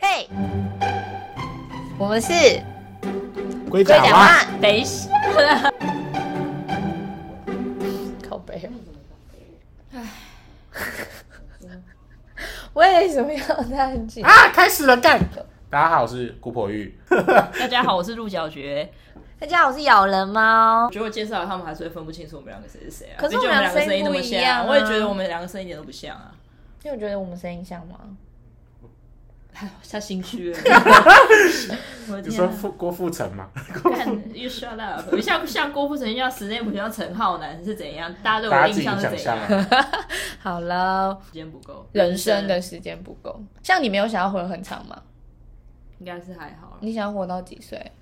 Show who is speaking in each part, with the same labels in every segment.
Speaker 1: 对，我们是
Speaker 2: 龟甲蛙，
Speaker 1: 蛙，
Speaker 3: 等一下，口碑。
Speaker 1: 为什么要淡季？
Speaker 2: 啊，开始了干！大家好，我是姑婆玉。
Speaker 3: 大家好，我是陆小觉。
Speaker 1: 大家好，我是咬人猫
Speaker 3: 我。觉得我介绍了他们，还是会分不清楚我们两个谁是谁啊。
Speaker 1: 可是
Speaker 3: 毕
Speaker 1: 我
Speaker 3: 竟
Speaker 1: 们
Speaker 3: 我
Speaker 1: 两个
Speaker 3: 们两个
Speaker 1: 声
Speaker 3: 声
Speaker 1: 音
Speaker 3: 音
Speaker 1: 不
Speaker 3: 那么
Speaker 1: 一样啊
Speaker 3: 像，我也觉得我们两个声音一点都不像啊。
Speaker 1: 你有觉得我们声音像吗？
Speaker 3: 下心虚了，我的
Speaker 2: 你
Speaker 3: 天
Speaker 2: 说
Speaker 3: 啊！
Speaker 2: 傅郭富城吗？
Speaker 3: 看，you shut up！你像像郭富城、像史内普、像陈浩南是怎样？大家对我
Speaker 2: 大家
Speaker 3: 的印
Speaker 2: 自己
Speaker 3: 象是
Speaker 2: 想
Speaker 3: 怎
Speaker 2: 象
Speaker 3: 样？
Speaker 2: 啊。
Speaker 1: 好了，
Speaker 3: 时间不够，
Speaker 1: 人生的时间不够。像你没有想要活很长吗？
Speaker 3: 应该是还好啦。
Speaker 1: 你想要活到几岁？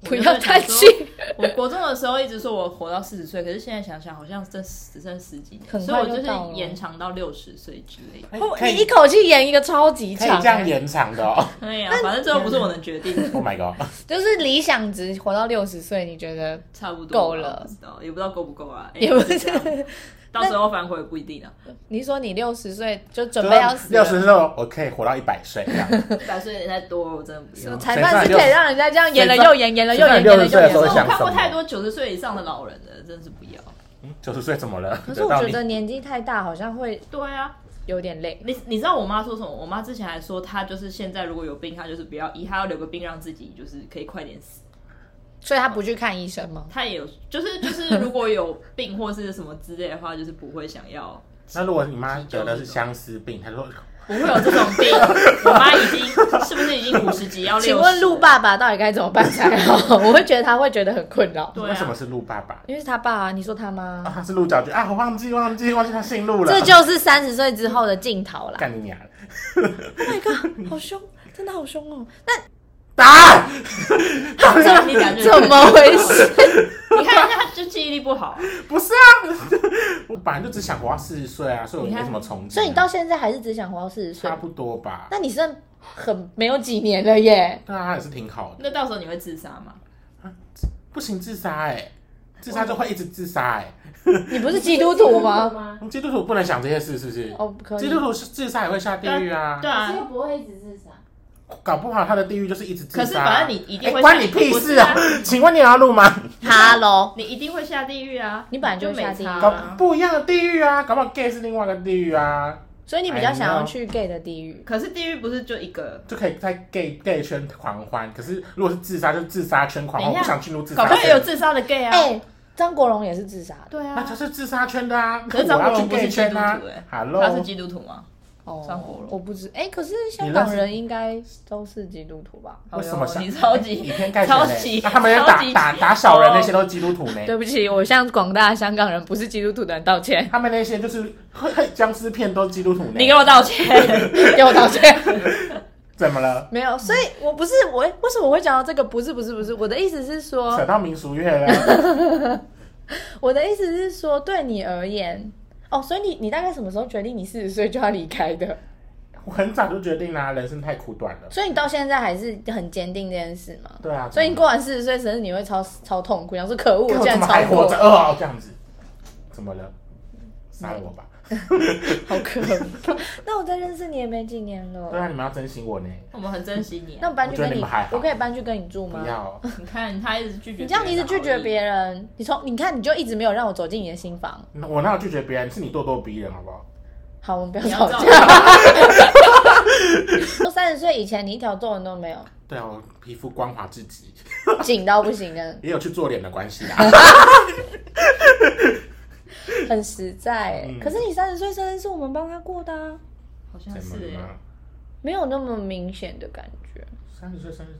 Speaker 3: 我
Speaker 1: 不
Speaker 3: 原
Speaker 1: 要
Speaker 3: 本
Speaker 1: 叹
Speaker 3: 想
Speaker 1: 气
Speaker 3: 说，我国中的时候一直说我活到四十岁，可是现在想想好像真只剩十几年，
Speaker 1: 很
Speaker 3: 所以
Speaker 1: 快
Speaker 3: 我
Speaker 1: 就
Speaker 3: 就
Speaker 1: 到了
Speaker 3: 是延长到六十岁之类的。
Speaker 2: 哎
Speaker 1: 哦
Speaker 2: 可
Speaker 1: 你一
Speaker 2: 以
Speaker 1: 口气演一个超级
Speaker 2: 可以
Speaker 1: 长、
Speaker 2: 这样
Speaker 1: 欸，
Speaker 2: 延长的 哦。
Speaker 3: 对呀、反正最后不是我能决定的，
Speaker 2: Oh my god！
Speaker 1: 就是理想值活到六十岁，你觉得
Speaker 3: 差不多
Speaker 1: 够
Speaker 3: 吧
Speaker 1: 了
Speaker 3: 不知道也不知道够不够啊，哎
Speaker 1: 也不
Speaker 3: 就是这样
Speaker 1: 是？
Speaker 3: 到时候反悔不一定 啊，
Speaker 1: 你说你六十岁就准备要死
Speaker 2: 六
Speaker 1: 了，
Speaker 2: 十岁，我可以活到一百岁这样。
Speaker 3: 一百岁有点太多了，我真的不要。
Speaker 1: 裁判是可以让人家这样演了又演，演了又
Speaker 2: 谁
Speaker 1: 演，
Speaker 2: 判
Speaker 1: 演了又
Speaker 2: 60岁的时候
Speaker 3: 可
Speaker 1: 演
Speaker 3: 是。
Speaker 2: 想
Speaker 3: 我看过
Speaker 2: 什么
Speaker 3: 太多九十岁以上的老人了，真是不要。
Speaker 2: 九十岁怎么了？
Speaker 1: 可是我觉得年纪太大，好像会
Speaker 3: 对啊，
Speaker 1: 有点累。
Speaker 3: 你你知道我妈说什么？我妈之前还说，她就是现在如果有病，她就是不要医，她要留个病让自己就是可以快点死。
Speaker 1: 所以他不去看医生吗？
Speaker 3: 她也有，就是就是如果有病或是什么之类的话，就是不会想 要，
Speaker 2: 那如果你妈得的是相思病，她
Speaker 1: 啊
Speaker 2: 说
Speaker 3: 不会有这种病。我妈已经是不是已经五十几要六？
Speaker 1: 请问陆？爸爸到底该怎么办才好？ 我会觉得他会觉得很困扰，
Speaker 3: 对
Speaker 2: 为什么
Speaker 3: 啊，
Speaker 2: 是陆爸爸？
Speaker 1: 因为是他爸啊，你说他吗？
Speaker 2: 啊，是陆角蕨啊！我忘记忘记忘记他姓陆了。
Speaker 1: 这就是三十岁之后的镜头啦。
Speaker 2: 干你娘！
Speaker 1: Oh my god，好凶，真的好凶哦！
Speaker 2: 打！
Speaker 3: 这样你感觉
Speaker 1: 怎么回事？
Speaker 3: 你看人家她就记忆力不好，
Speaker 2: 不是啊，我本来就只想活到四十岁啊，所以我
Speaker 3: 你
Speaker 2: 没
Speaker 3: 看
Speaker 2: 什么憧憬。
Speaker 1: 所以你到现在还是只想活到四十岁
Speaker 2: 差？不多吧？
Speaker 1: 那你剩很没有几年了耶。
Speaker 2: 对啊，他也是挺好的。
Speaker 3: 那到时候你会自杀吗？
Speaker 2: 不行，自杀哎、自杀就会一直自杀哎、
Speaker 1: 你不是基督徒 吗？
Speaker 2: 我
Speaker 3: 哦
Speaker 2: 们基督徒不能想这些事，是不是？
Speaker 1: 哦，不可
Speaker 2: 基
Speaker 1: 以
Speaker 2: 督。徒是自杀也会下地狱啊
Speaker 3: 对，啊
Speaker 4: 又，不会一直自杀。
Speaker 2: 搞不好他的地狱就是一直自杀。
Speaker 3: 可是反正你一定
Speaker 2: 哎、
Speaker 3: 会
Speaker 2: 关你屁事啊
Speaker 3: 不是！
Speaker 2: 请问你要录吗？
Speaker 1: Hello，
Speaker 3: 你一定会下地狱啊！
Speaker 1: 你本来就
Speaker 3: 没
Speaker 1: 下地狱
Speaker 3: 差
Speaker 2: 搞
Speaker 3: 啊
Speaker 2: 不一样的地狱啊，搞不好 gay 是另外一个地狱啊，
Speaker 1: 所以你比较想要去 gay 的地狱？
Speaker 3: 可是地狱不是就一个？
Speaker 2: 就可以在 gay gay 圈狂欢。可是如果是自杀，就自杀圈狂欢，
Speaker 3: 等
Speaker 2: 我
Speaker 3: 一下
Speaker 2: 不想进入自
Speaker 3: 搞
Speaker 2: 杀
Speaker 3: 不好也有
Speaker 2: 圈。
Speaker 3: 自杀的 gay 啊！
Speaker 1: 哎、张国荣也是自杀的
Speaker 3: 对
Speaker 2: 那
Speaker 3: 啊
Speaker 2: 他，是自杀圈的啊，
Speaker 3: 可是
Speaker 2: 我
Speaker 3: 张
Speaker 2: 要
Speaker 3: 国
Speaker 2: 入
Speaker 3: 荣不是
Speaker 2: gay
Speaker 3: 基
Speaker 2: 圈
Speaker 3: 督徒
Speaker 2: 啊
Speaker 3: 哎。他是
Speaker 2: ，Hello，
Speaker 3: 基督徒吗？
Speaker 1: 哦
Speaker 3: 张国荣
Speaker 1: 我不知哎、可是香
Speaker 2: 你认
Speaker 1: 港
Speaker 2: 识
Speaker 1: 人应该都是基督徒吧？哦
Speaker 2: 为什么
Speaker 3: 哎呦
Speaker 2: 像
Speaker 3: 你超
Speaker 2: 以
Speaker 3: 级
Speaker 2: 偏概
Speaker 3: 超
Speaker 2: 全
Speaker 3: 级
Speaker 2: 嘞？那他们要打
Speaker 3: 超级
Speaker 2: 打打小人那些都是基督徒呢？
Speaker 1: 对不起，我向广大香港人不是基督徒的人道 歉，
Speaker 2: 他们那些就是嘿嘿僵尸片都是基督徒
Speaker 3: 你给
Speaker 2: 呢？
Speaker 3: 我道歉。
Speaker 1: 给我道歉。
Speaker 2: 怎么了？
Speaker 1: 没有，所以我不是我为什么我会讲到这个？不是不是不是，我的意思是说
Speaker 2: 扯，到民俗乐 了，
Speaker 1: 我的意思是说，对你而言，哦，所以你你大概什么时候决定你四十岁就要离开的？
Speaker 2: 我很早就决定啦、人生太苦短了。
Speaker 1: 所以你到现在还是很坚定这件事吗？
Speaker 2: 对啊，
Speaker 1: 所以你过完四十岁生日，你会超超痛苦，想说可恶，我
Speaker 2: 我
Speaker 1: 竟
Speaker 2: 怎
Speaker 1: 然
Speaker 2: 么
Speaker 1: 超
Speaker 2: 还
Speaker 1: 过
Speaker 2: 活着，哦，这样子，怎么了？杀了我吧！
Speaker 1: 嗯 好可恶。 那我再认识你也没几年
Speaker 2: 对
Speaker 1: 了，
Speaker 2: 啊，你们要珍惜我呢，
Speaker 3: 我们很珍惜你、
Speaker 1: 那
Speaker 3: 啊。
Speaker 1: 我搬去跟
Speaker 2: 我觉得你们还好
Speaker 1: 我可以搬去跟你住吗
Speaker 2: 不？要，
Speaker 3: 你看他一直拒绝，啊
Speaker 1: 你这样一直拒绝别，人，你从你看你就一直没有让我走进你的新房。
Speaker 2: 那我哪有拒绝别人？是你咄咄逼人，好不好？
Speaker 1: 好，我们不要
Speaker 3: 你要
Speaker 1: 吵
Speaker 3: 知
Speaker 1: 架。
Speaker 3: 道，
Speaker 1: 都三十岁以前，你一条皱纹都没有，
Speaker 2: 对啊，我皮肤光滑 至极，
Speaker 1: 紧到不行的，
Speaker 2: 也有去做脸的关系啦。
Speaker 1: 很实在欸。
Speaker 2: 嗯
Speaker 1: 可是你三十岁生日是我们帮他过的啊，
Speaker 3: 好像
Speaker 2: 怎么
Speaker 3: 是、欸
Speaker 2: 了？
Speaker 1: 没有那么明显的感觉。
Speaker 2: 三十岁生日，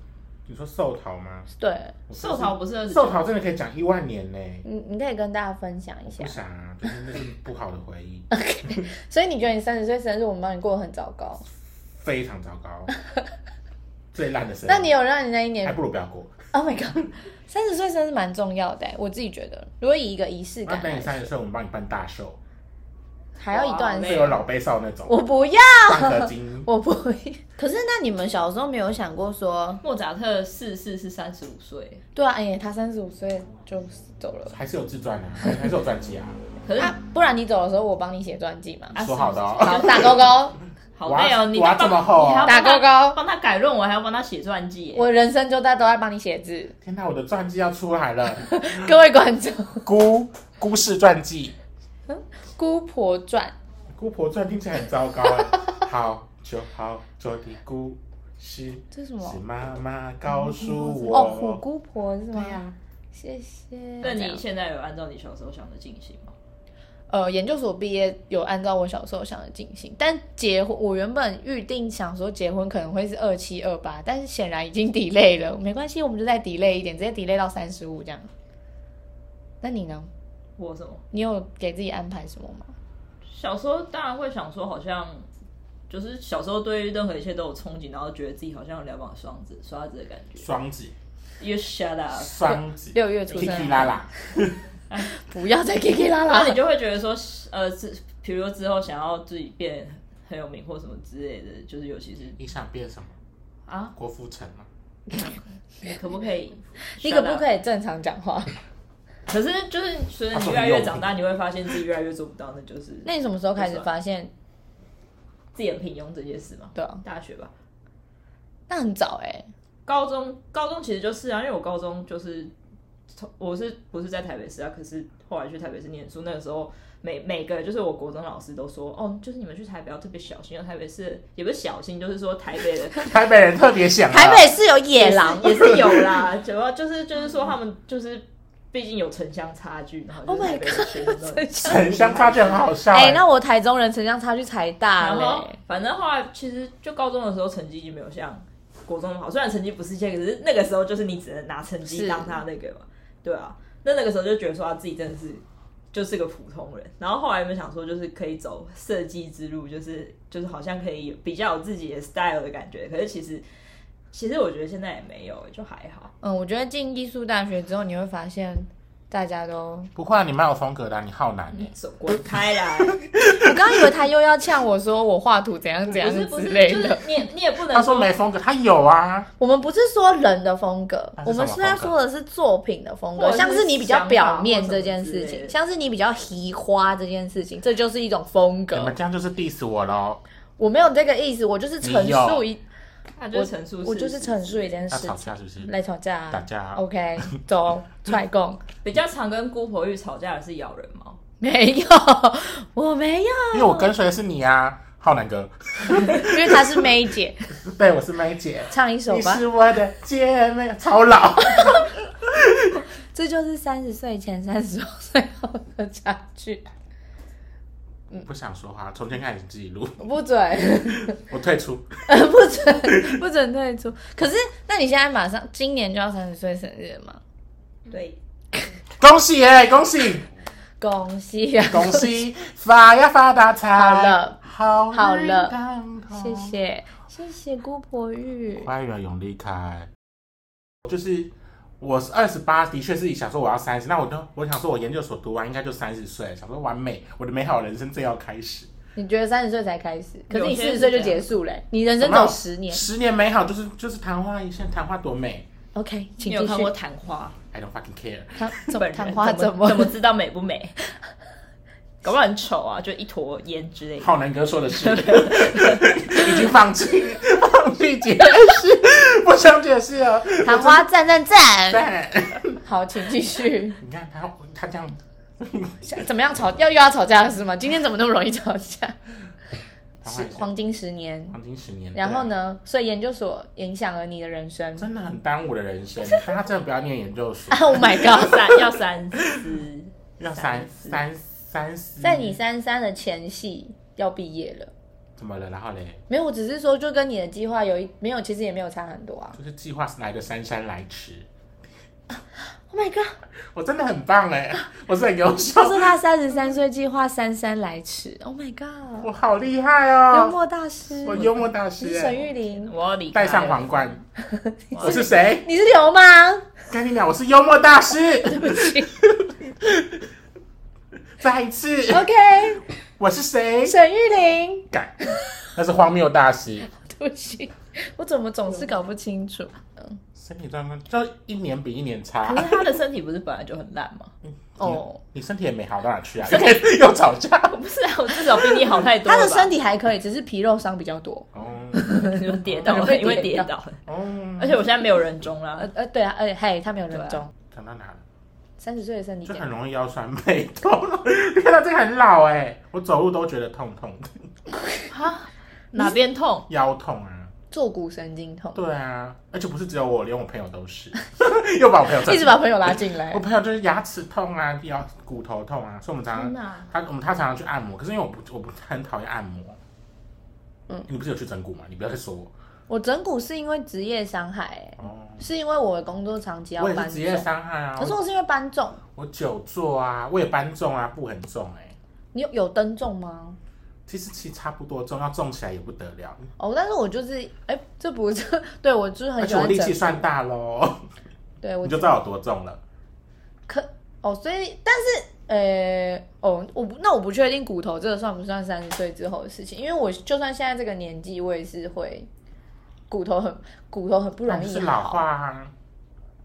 Speaker 2: 你说寿桃吗？
Speaker 1: 对，
Speaker 2: 我
Speaker 3: 寿桃不是二十
Speaker 2: 寿
Speaker 3: 九，
Speaker 2: 桃真的可以讲一万年呢。
Speaker 1: 你你可以跟大家分享一下
Speaker 2: 不。想啊，就是那是不好的回 忆，
Speaker 1: 所以你觉得你三十岁生日我们帮你过得很糟糕？
Speaker 2: 啊非常糟 糕，最烂的生日。
Speaker 1: 那你有让你那一
Speaker 2: 还
Speaker 1: 年
Speaker 2: 不如不要过。
Speaker 1: ？Oh my god，三 十岁生日蛮重要的欸，我自己觉得，如果以一个仪式
Speaker 2: 那
Speaker 1: 感
Speaker 2: 等
Speaker 1: 来
Speaker 2: 你
Speaker 1: 说，
Speaker 2: 三十岁，我们帮你办大寿，
Speaker 1: 还要一段
Speaker 3: 哇
Speaker 1: 时
Speaker 3: 累
Speaker 2: 会
Speaker 1: 间。
Speaker 2: 有老杯少那种，
Speaker 1: 我不要，
Speaker 2: 半颗金。
Speaker 1: 我不要。可是那你们小时候没有想过说，
Speaker 3: 莫扎特逝世是三十五岁，
Speaker 1: 对啊，哎、他三十五岁就走了。
Speaker 2: 还是有自传啊，还是有传记啊，
Speaker 3: 可是
Speaker 1: 啊，不然你走的时候我帮你写传记嘛。
Speaker 3: 啊
Speaker 2: 说好的哦
Speaker 3: 是是
Speaker 1: 好，打勾勾。
Speaker 3: 好
Speaker 2: 我要
Speaker 3: 累哦，你
Speaker 2: 我要
Speaker 3: 就帮
Speaker 2: 这么厚哦
Speaker 3: 你还要
Speaker 1: 打
Speaker 3: 帮
Speaker 1: 勾
Speaker 3: 他
Speaker 1: 勾，
Speaker 3: 帮他改论文，还要帮他写传记耶。
Speaker 1: 我人生就大都在帮你写字，
Speaker 2: 天哪，我的传记要出来了，
Speaker 1: 各位观众，
Speaker 2: 《姑姑氏传记》
Speaker 1: 《姑婆传
Speaker 2: 《姑婆传》听起来很糟糕哎。好久好久的故事，》
Speaker 1: 这是什么
Speaker 2: 是？妈妈告诉我。
Speaker 1: 哦，虎姑婆是吗？
Speaker 2: 对啊呀
Speaker 1: 谢谢。
Speaker 3: 那
Speaker 1: 这
Speaker 3: 你
Speaker 1: 样
Speaker 3: 现在有按照你小时候想的进行吗？
Speaker 1: 呃，研究所毕业有按照我小时候想的进行，但结婚我原本预定想说结婚可能会是二七二八，但是显然已经 delay 了，没关系，我们就再 delay 一点，直接 delay 到三十五这样。那你呢？
Speaker 3: 我什么？
Speaker 1: 你有给自己安排什么吗？
Speaker 3: 小时候当然会想说，好像就是小时候对任何一切都有憧憬，然后觉得自己好像有两把双子、刷子的感觉。
Speaker 2: 双子，
Speaker 3: You shut up！
Speaker 2: 双子，
Speaker 1: 六月出生
Speaker 2: Kiki 啦啦，
Speaker 1: 不要再 K K 啦
Speaker 3: 然后
Speaker 1: 啦？
Speaker 3: 你。就会觉得说，呃，是比如说之后想要自己变很有名或什么之类的，就是尤其是
Speaker 2: 你想变什么？
Speaker 3: 啊，
Speaker 2: 郭富城吗？
Speaker 3: 可不可以
Speaker 1: 你可不
Speaker 3: 以？
Speaker 1: 可以正常讲话？
Speaker 3: 可是就是随着你越来越长大，你会发现自己越来越做不到，那就是
Speaker 1: 那你什么时候开始发现？
Speaker 3: 自己很平庸这件事嘛。
Speaker 1: 对啊，
Speaker 3: 大学吧，
Speaker 1: 那很早哎、
Speaker 3: 高中高中其实就是啊，因为我高中就是从我是不是在台北市啊？可是后来去台北市念书，那个时候每每个就是我国中老师都说，哦，就是你们去台北要特别小心，因为台北市也不是小心，就是说台 北的
Speaker 2: 台北人特别想啊
Speaker 1: 台北是有野狼。
Speaker 3: 也是也是有啦， 主要就是就是说他们就是毕竟有城乡差距，然后就
Speaker 1: Oh
Speaker 3: 是
Speaker 1: my
Speaker 3: 台北的学生
Speaker 1: 啊
Speaker 3: 都
Speaker 2: 城乡差距很好 笑
Speaker 1: 哎、
Speaker 2: 哎。
Speaker 1: 那我台中人城乡差距才大
Speaker 3: 然后
Speaker 1: 嘞。
Speaker 3: 反正后来其实就高中的时候成绩就没有像国中那么好，虽然成绩不是这个，可是那个时候就是你只能拿成
Speaker 1: 是
Speaker 3: 绩当他那个嘛，对啊。那那个时候就觉得说他啊自己真的是就是个普通人，然后后来我们想说就是可以走设计之路，就是就是好像可以有比较有自己的 style 的感觉，可是其实其实我觉得现在也没有，就还好。
Speaker 1: 嗯，我觉得进艺术大学之后，你会发现大家都……
Speaker 2: 不会啊，你蛮有风格的啊，你好
Speaker 1: 嗯
Speaker 2: 男哎。
Speaker 3: 手滚开 啦！
Speaker 1: 我刚以为他又要呛我说我画图怎样怎样
Speaker 3: 不是不
Speaker 1: 之
Speaker 3: 是，
Speaker 1: 类
Speaker 3: 就是
Speaker 1: 的。啊
Speaker 3: 你也你也不
Speaker 1: 嗯
Speaker 3: 能
Speaker 2: 他说没风格，他有啊。
Speaker 1: 我们不是说人的风格
Speaker 2: 那，是
Speaker 1: 我们
Speaker 2: 什么
Speaker 1: 是在
Speaker 2: 风格
Speaker 1: 说的是作品的风格，
Speaker 3: 或者是
Speaker 1: 像是你比较表面
Speaker 3: 想法
Speaker 1: 这件
Speaker 3: 或什么
Speaker 1: 事
Speaker 3: 之类
Speaker 1: 情，
Speaker 3: 的
Speaker 1: 像是你比较移花这件事情，这就是一种风
Speaker 2: 你
Speaker 1: 格
Speaker 2: 们。这样就是 diss 我喽，
Speaker 1: 我没有这个意思，我就是陈
Speaker 2: 你
Speaker 1: 述
Speaker 2: 有
Speaker 1: 一，
Speaker 3: 他就是陈述事实，
Speaker 1: 我就是陈述一件
Speaker 2: 要
Speaker 1: 事
Speaker 2: 吵
Speaker 1: 情，
Speaker 2: 架是不是？
Speaker 1: 来吵架啊，
Speaker 2: 打架啊
Speaker 1: OK，走，出来共。
Speaker 3: 比较常跟姑婆玉吵架的是咬人猫，
Speaker 1: 没有，我没有，
Speaker 2: 因为我跟随的是你啊，浩南哥。
Speaker 1: 因为她是 May 姐，
Speaker 2: 对，我是梅姐。
Speaker 1: 唱一首
Speaker 2: 你
Speaker 1: 吧。
Speaker 2: 是我的姐妹，超老。
Speaker 1: 这就是三十岁前、三十岁后的差距。嗯
Speaker 2: 不想说话，从今天开始自己录，
Speaker 1: 不准，
Speaker 2: 我退出。
Speaker 1: 不准，不准退出。可是，那你现在马上今年就要三十岁生日了吗？嗯
Speaker 3: 对，
Speaker 2: 恭喜哎、恭喜
Speaker 1: 恭喜啊！
Speaker 2: 恭喜，发呀发大财！
Speaker 1: 好了，
Speaker 2: 好
Speaker 1: 好
Speaker 2: 运
Speaker 1: 了
Speaker 2: 当头
Speaker 1: 谢谢，谢谢姑婆玉。
Speaker 2: 花园永离开。就是我是二十八，的确是想说我要三十，那我都我想说我研究所读完应该就三十岁，想说完美，我的美好人生正要开始。
Speaker 1: 你觉得三十岁才开始，可是你
Speaker 3: 有些
Speaker 1: 四
Speaker 3: 人
Speaker 1: 十
Speaker 3: 是
Speaker 1: 岁就
Speaker 3: 这样
Speaker 1: 结束了欸、你人生走十年。
Speaker 2: 十年美好就是就是昙花一现，昙花多美
Speaker 1: OK，请继
Speaker 3: 你有看过
Speaker 1: 续。
Speaker 3: 昙花？
Speaker 2: ，I don't fucking care。
Speaker 1: 谈怎么
Speaker 3: 本人
Speaker 1: 谈话
Speaker 3: 怎
Speaker 1: 怎么
Speaker 3: 怎么知道美不美？ 搞不好很丑啊，就一坨烟之类的。
Speaker 2: 浩南哥说 的是，已经放弃放弃解释，不想解释哦 了。
Speaker 1: 谈话赞赞赞？
Speaker 2: 但
Speaker 1: 好，请继续。
Speaker 2: 你看他他这样，
Speaker 1: 想 怎么样吵？要又要吵架了是吗？今天怎么那么容易吵架？
Speaker 2: 他
Speaker 1: 十
Speaker 2: 换一下
Speaker 1: 黄金十年，
Speaker 2: 黄金十年，啊
Speaker 1: 然后呢？所以研究所影响了你的人生
Speaker 2: 对啊？。真的很耽误我的人生，但他真的不要念研究所。
Speaker 1: Oh my
Speaker 3: 要
Speaker 1: god！
Speaker 3: 三要三思，
Speaker 2: 要三
Speaker 3: 思。
Speaker 2: 三三四，
Speaker 1: 在你三三的前夕要毕业了，
Speaker 2: 怎么了？然后嘞，
Speaker 1: 没有，我只是说就跟你的计划有一没有，其实也没有差很多啊。
Speaker 2: 就是计划是来的姗姗来迟。
Speaker 1: Oh my god！
Speaker 2: 我真的很棒哎，我是很优秀
Speaker 1: 这，是他三十三岁计划姗姗来迟。Oh my god！
Speaker 2: 我好厉害
Speaker 1: 幽
Speaker 2: 哦，
Speaker 1: 默大师，
Speaker 2: 我幽默大
Speaker 1: 你
Speaker 2: 师
Speaker 1: 是沈
Speaker 2: 哎，
Speaker 1: 玉玲，
Speaker 3: 我要离开
Speaker 2: 戴
Speaker 3: 了
Speaker 2: 上皇冠，我是谁？
Speaker 1: 你是流氓。
Speaker 2: 跟你讲，我是幽默大 师。再一次，
Speaker 1: OK，
Speaker 2: 我是谁？
Speaker 1: 沈玉玲，
Speaker 2: 敢？那是荒谬大师。
Speaker 1: 对不起，我怎么总是搞不清楚？
Speaker 2: 身体状况就一年比一年差
Speaker 3: 可。是他的身体不是本来就很烂吗？
Speaker 1: 哦，
Speaker 2: 你身体也没好到哪去啊，又吵 架。
Speaker 3: 我不是啊，我至少比你好太多
Speaker 1: 他
Speaker 3: 了吧。
Speaker 1: 的身体还可以，只是皮肉伤比较多。
Speaker 2: 哦
Speaker 3: 体就跌倒了，因为跌倒了，
Speaker 2: 哦，
Speaker 3: 而且我现在没有人中啦
Speaker 1: 呃。呃，对啊，而且嘿，他没有人
Speaker 3: 对啊
Speaker 1: 中，
Speaker 2: 讲到哪了？
Speaker 1: 三十岁的身体
Speaker 2: 就
Speaker 1: 健
Speaker 2: 很
Speaker 1: 康，
Speaker 2: 容易腰酸背痛。 你看到这个很老哎、我走路都觉得痛痛的，
Speaker 3: 啊，哪边痛？
Speaker 2: 腰痛啊。
Speaker 1: 坐骨神经痛，
Speaker 2: 对啊，而且不是只有我，连我朋友都是， 又把我朋友扯
Speaker 1: 一直把朋友拉进来
Speaker 2: 我。朋友就是牙齿痛啊，腰骨头痛啊，所以我们常常
Speaker 3: 哪！
Speaker 2: 他我们他常常去按摩，可是因为我不我不很讨厌按摩。
Speaker 1: 嗯，
Speaker 2: 你不是有去整骨吗？你不要再说我
Speaker 1: 我整骨是因为职业伤害、欸，
Speaker 2: 哦。
Speaker 1: 是因为我的工作长期要
Speaker 2: 我也
Speaker 1: 搬
Speaker 2: 是职业
Speaker 1: 重，
Speaker 2: 伤害啊，
Speaker 1: 可是
Speaker 2: 我
Speaker 1: 我是因为搬重。
Speaker 2: 我久坐啊，我也搬重啊，不很重哎、
Speaker 1: 你有有登重吗？
Speaker 2: 其实其实差不多重，要重起来也不得了，
Speaker 1: 哦，但是我就是，哎、这不是， 对我就是
Speaker 2: 而
Speaker 1: 很喜
Speaker 2: 且我
Speaker 1: 欢
Speaker 2: 力
Speaker 1: 整
Speaker 2: 气，算大喽，
Speaker 1: 对我
Speaker 2: 你就知道有多重了。
Speaker 1: 可哦，所以但是呃，哦，我不那我不确定骨头这个算不算三十岁之后的事情，因为我就算现在这个年纪，我也是会骨头很骨头很不
Speaker 2: 不然
Speaker 1: 容
Speaker 2: 就
Speaker 1: 易
Speaker 2: 是
Speaker 1: 好
Speaker 2: 老化啊，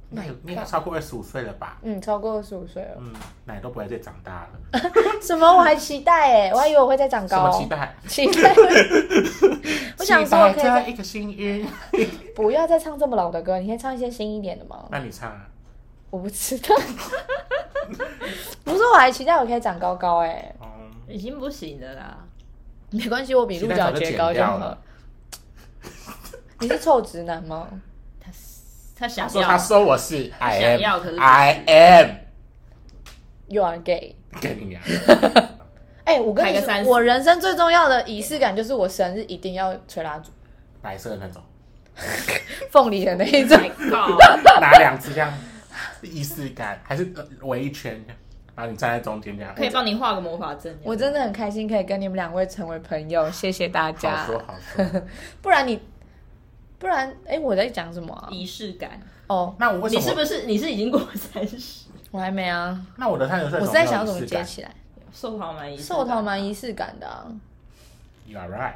Speaker 2: 那有那超过二十五岁了吧？
Speaker 1: 嗯，超过二十五岁了。
Speaker 2: 嗯，奶都不会再长大了，
Speaker 1: 什么？我还期待哎，我还以为我会再长
Speaker 2: 什么
Speaker 1: 高。
Speaker 2: 期待？
Speaker 1: 期待。 我想说，我可
Speaker 2: 期
Speaker 1: 以
Speaker 2: 待
Speaker 1: 再
Speaker 2: 这一个幸运，
Speaker 1: 不要再唱这么老的歌，你可以唱一些新一点的吗？
Speaker 2: 那你唱啊？
Speaker 1: 我不知道。 不是，我还期待我可以长高高哎、
Speaker 2: 哦，
Speaker 3: 已经不行了啦。
Speaker 1: 没关系，我比
Speaker 2: 期
Speaker 1: 鹿
Speaker 2: 待
Speaker 1: 角
Speaker 2: 早就
Speaker 1: 蕨
Speaker 2: 剪
Speaker 1: 高就
Speaker 2: 掉
Speaker 1: 好
Speaker 2: 了。
Speaker 1: 你是臭直男吗？
Speaker 3: 他他想
Speaker 2: 他说
Speaker 3: 要，
Speaker 2: 他说我是 I
Speaker 3: 想要可
Speaker 2: am
Speaker 3: 是不是
Speaker 2: I am，
Speaker 1: You are gay。
Speaker 2: 跟你讲，
Speaker 1: 哎、我跟你
Speaker 3: 开个
Speaker 1: 说，
Speaker 3: 30
Speaker 1: 我人生最重要的仪式感就是我生日一定要吹蜡烛，
Speaker 2: 白色的那种，
Speaker 1: 凤梨的那一种。
Speaker 3: 靠
Speaker 2: 拿两只这样，仪式感，还是呃围一圈，然后你站在中间这样，
Speaker 3: 可以帮你画个魔法阵。
Speaker 1: 我真的很开心可以跟你们两位成为朋友，谢谢大
Speaker 2: 好
Speaker 1: 家。
Speaker 2: 说好说。
Speaker 1: 不然你，不然哎、我在讲什么啊？
Speaker 3: 仪式感，
Speaker 1: 哦，
Speaker 2: 那我为什
Speaker 3: 你
Speaker 2: 么？
Speaker 3: 是不是你是已经过三十？
Speaker 1: 我还没啊，
Speaker 2: 那我的三十岁，
Speaker 1: 我是在想要怎么接。起来。
Speaker 3: 寿桃蛮仪式感，
Speaker 1: 寿桃蛮仪式感的、啊。
Speaker 2: You are right。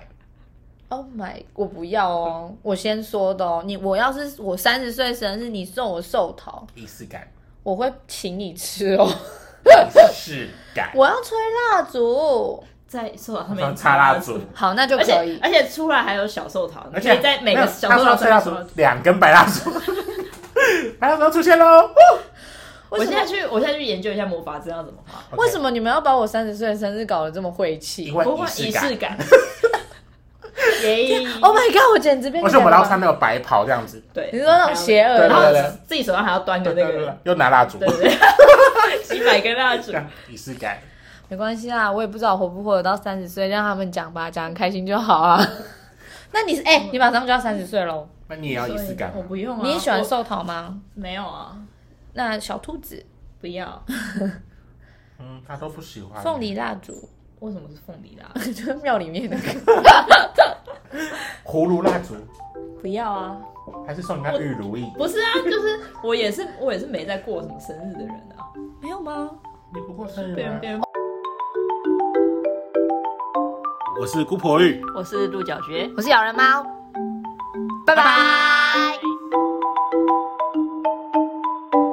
Speaker 1: Oh my，我不要哦，我先说的哦。你我要是我三十岁生日，你送我寿桃，
Speaker 2: 仪式 感，
Speaker 1: 我会请你吃哦。
Speaker 2: 仪式感。
Speaker 1: 我要吹蜡烛，
Speaker 3: 在寿桃上
Speaker 2: 然后
Speaker 3: 面
Speaker 2: 插蜡烛，，
Speaker 1: 好，那就
Speaker 3: 而
Speaker 1: 可
Speaker 3: 且
Speaker 1: 以。
Speaker 3: 而且出来还有小寿桃，
Speaker 2: 而
Speaker 3: 你
Speaker 2: 且
Speaker 3: 可以在每
Speaker 2: 没
Speaker 3: 个
Speaker 2: 有
Speaker 3: 小
Speaker 2: 他
Speaker 3: 寿
Speaker 2: 说
Speaker 3: 桃
Speaker 2: 吹蜡
Speaker 3: 上
Speaker 2: 烛
Speaker 3: 面插
Speaker 2: 两根白蜡烛， 白蜡烛出现喽。
Speaker 1: 为
Speaker 3: 哎我
Speaker 1: 什么
Speaker 3: 现在去，我现在去研究一下魔法阵要怎么画。
Speaker 1: 为什
Speaker 2: 么？
Speaker 1: 么你们要把我三十岁的生日搞得这么晦气
Speaker 2: 因
Speaker 1: ？Oh
Speaker 2: 为
Speaker 3: 不会
Speaker 2: 仪
Speaker 3: 仪
Speaker 2: 式
Speaker 3: 式
Speaker 2: 感。Oh
Speaker 3: 感， 耶！
Speaker 1: Oh my god，我简直变
Speaker 2: 而
Speaker 1: 成
Speaker 2: 且我们到穿那个白袍这样子，
Speaker 3: 对，
Speaker 1: 你说那种邪恶的
Speaker 2: 对
Speaker 3: 然后
Speaker 2: 对对
Speaker 3: 自己手上还要端个
Speaker 2: 对
Speaker 3: 那
Speaker 2: 对对，对
Speaker 3: 个，
Speaker 2: 又拿蜡烛
Speaker 3: 对，对对，几百根 蜡烛
Speaker 2: 这。样啊仪式感。
Speaker 1: 没关系啦，我也不知道我活不活得到三十岁，让他们讲吧，讲得开心就好啊。那你是哎、你马上就要三十岁喽，
Speaker 2: 那你也要仪式感
Speaker 3: 我
Speaker 2: 吗？
Speaker 3: 不用啊。
Speaker 1: 你也喜欢
Speaker 3: 我？
Speaker 1: 寿桃吗？
Speaker 3: 没有啊，
Speaker 1: 那小兔子、
Speaker 3: 不要。
Speaker 2: 嗯，他都不喜欢。
Speaker 1: 凤梨蜡烛，
Speaker 3: 为什么是凤梨啦？
Speaker 1: 就是庙里 面的，
Speaker 2: 葫芦蜡烛，
Speaker 1: 不要啊。
Speaker 2: 还是送你那玉如意？
Speaker 3: 不是啊，就是我也是我也是没在过什么生日的人啊。
Speaker 1: 没有吗？
Speaker 2: 你不过啊生
Speaker 3: 别
Speaker 2: 日
Speaker 3: 人
Speaker 2: 吗
Speaker 3: 别？人，
Speaker 2: 我是姑婆玉。
Speaker 3: 我是鹿角蕨。
Speaker 1: 我是咬人猫，拜拜。